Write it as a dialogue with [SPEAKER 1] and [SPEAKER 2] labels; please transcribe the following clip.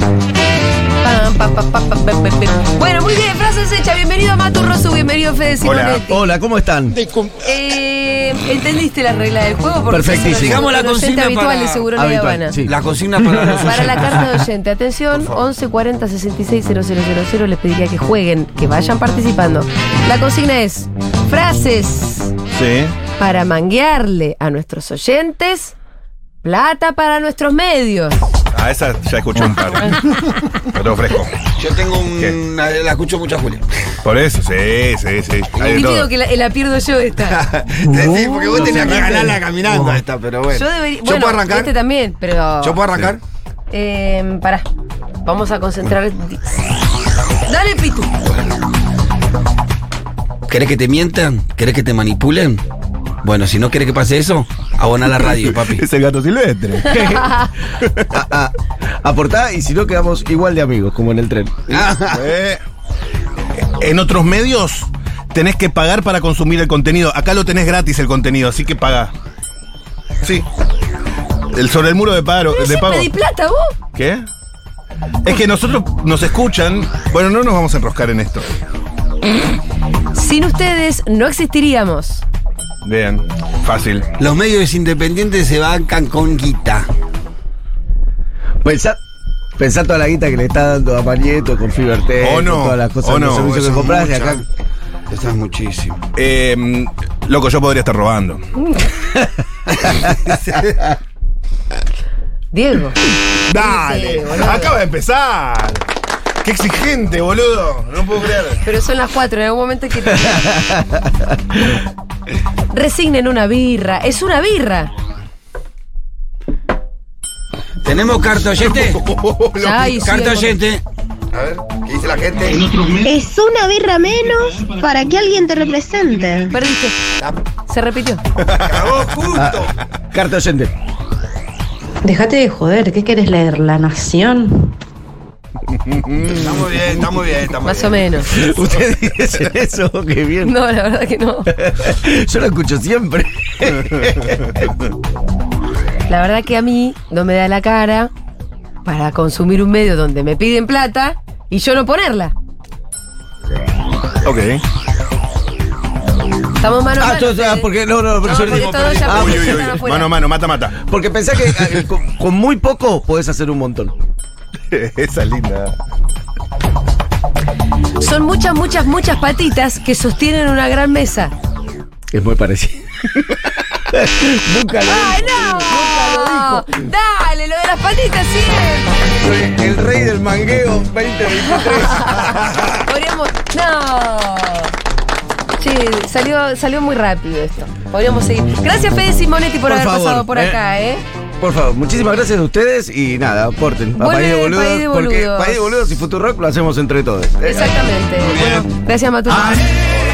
[SPEAKER 1] Pam, pa, pa, pa, pa, pa, pa, pa. Bueno, muy bien, frases hechas. Bienvenido Matu Rosu, bienvenido Fede
[SPEAKER 2] Hola,
[SPEAKER 1] Simonetti.
[SPEAKER 2] hola, ¿cómo están?
[SPEAKER 1] Eh, ¿Entendiste la regla del juego? Porque
[SPEAKER 2] Perfectísimo.
[SPEAKER 1] sos un
[SPEAKER 3] Digamos la
[SPEAKER 1] oyente
[SPEAKER 3] consigna
[SPEAKER 1] habitual
[SPEAKER 3] para-
[SPEAKER 1] de Seguro La
[SPEAKER 2] Habitual,
[SPEAKER 1] Habana.
[SPEAKER 2] sí.
[SPEAKER 3] La consigna para los
[SPEAKER 1] Para la
[SPEAKER 3] oyentes.
[SPEAKER 1] carta de oyente, atención, 1140 000 les pediría que jueguen, que vayan participando. La consigna es frases
[SPEAKER 2] Sí.
[SPEAKER 1] para manguearle a nuestros oyentes, plata para nuestros medios.
[SPEAKER 4] Ah, esa ya escuché un par. Pero fresco.
[SPEAKER 3] Yo tengo
[SPEAKER 4] ¿Qué?
[SPEAKER 3] una. La escucho mucho a Julia.
[SPEAKER 4] Por eso, sí, sí, sí. Hay de
[SPEAKER 1] Y te
[SPEAKER 4] todo.
[SPEAKER 1] digo que la, la pierdo yo esta.
[SPEAKER 3] sí, porque vos tenías que ganarla caminando esta, pero bueno.
[SPEAKER 1] Yo debería.
[SPEAKER 3] puedo
[SPEAKER 1] Bueno,
[SPEAKER 3] arrancar.
[SPEAKER 1] este también, pero.
[SPEAKER 3] Yo puedo arrancar.
[SPEAKER 1] Eh, pará. Vamos a concentrar. Dale, Pitu.
[SPEAKER 3] ¿Querés que te mientan? ¿Querés que te manipulen? Bueno, si no querés que pase eso, abona la radio, papi.
[SPEAKER 4] Es el gato silvestre.
[SPEAKER 2] A- a- aportá y si no quedamos igual de amigos, como en el tren.
[SPEAKER 4] Eh, en otros medios tenés que pagar para consumir el contenido. Acá lo tenés gratis el contenido, así que paga. Sí. El, sobre el muro de, paro,
[SPEAKER 1] Pero
[SPEAKER 4] de
[SPEAKER 1] yo
[SPEAKER 4] pago.
[SPEAKER 1] pedí plata, vos.
[SPEAKER 4] ¿Qué? Es que nosotros nos escuchan. Bueno, no nos vamos a enroscar en esto.
[SPEAKER 1] Sin ustedes no existiríamos.
[SPEAKER 4] Bien, fácil.
[SPEAKER 3] Los medios independientes se bancan con guita.
[SPEAKER 2] Pensá, pensá toda la guita que le está dando a Pañeto con Fibertel,
[SPEAKER 4] Oh, no.
[SPEAKER 2] con todas las cosas,
[SPEAKER 4] Oh, no.
[SPEAKER 2] los servicios que compras y acá.
[SPEAKER 3] Eso es muchísimo.
[SPEAKER 4] Eh, loco, yo podría estar robando.
[SPEAKER 1] Diego.
[SPEAKER 4] Dale, acaba de empezar. Qué exigente, boludo. No puedo creer.
[SPEAKER 1] Pero son las cuatro, en algún momento hay que. Resignen una birra. Es una birra.
[SPEAKER 3] ¿Tenemos carta oyente?
[SPEAKER 1] Ay, sí,
[SPEAKER 3] carta
[SPEAKER 1] hay un-
[SPEAKER 3] oyente.
[SPEAKER 4] A ver, ¿qué dice la gente?
[SPEAKER 5] Es una birra menos para que alguien te represente.
[SPEAKER 1] Perdiste. Se repitió.
[SPEAKER 2] Carta oyente.
[SPEAKER 6] Déjate de joder, ¿qué querés leer? ¿La Nación?
[SPEAKER 3] Está muy bien, está muy bien, está muy
[SPEAKER 1] Más o menos.
[SPEAKER 2] Ustedes dicen eso, qué bien.
[SPEAKER 1] No, la verdad que no.
[SPEAKER 2] Yo lo escucho siempre.
[SPEAKER 1] La verdad que a mí no me da la cara para consumir un medio donde me piden plata y yo no ponerla.
[SPEAKER 4] Ok.
[SPEAKER 1] Estamos mano a
[SPEAKER 2] Ah,
[SPEAKER 1] mano,
[SPEAKER 2] todo- ah,
[SPEAKER 1] Fede.
[SPEAKER 2] porque no, no, porque
[SPEAKER 1] No,
[SPEAKER 2] yo
[SPEAKER 1] porque
[SPEAKER 2] digo,
[SPEAKER 1] todos ya
[SPEAKER 2] ah,
[SPEAKER 4] Uy,
[SPEAKER 1] porque
[SPEAKER 4] uy,
[SPEAKER 1] están
[SPEAKER 4] uy.
[SPEAKER 1] afuera.
[SPEAKER 4] Mano a mano, mata, mata.
[SPEAKER 2] Porque pensá que eh, con, con muy poco podés hacer un montón.
[SPEAKER 4] Esa es linda.
[SPEAKER 1] Son muchas, muchas, muchas patitas que sostienen una gran mesa.
[SPEAKER 2] Es muy parecido. Nunca lo
[SPEAKER 1] ¡Ay, no! Dale, lo de las patitas siempre.
[SPEAKER 2] Soy el rey del mangueo 2023.
[SPEAKER 1] Podríamos. ¡No! Che, salió, salió muy rápido esto. Podríamos seguir. Gracias, Fede Simonetti, por,
[SPEAKER 2] Por
[SPEAKER 1] haber
[SPEAKER 2] favor,
[SPEAKER 1] pasado por
[SPEAKER 2] eh.
[SPEAKER 1] acá, ¿eh?
[SPEAKER 2] Por favor, muchísimas gracias a ustedes y nada, aporten. A
[SPEAKER 1] Vuelve
[SPEAKER 2] País de Boludos.
[SPEAKER 1] País de
[SPEAKER 2] porque
[SPEAKER 1] Boludos.
[SPEAKER 2] Eh, País de Boludos y Futurock lo hacemos entre todos. Ah,
[SPEAKER 1] Exactamente. Bueno, gracias, Maturana.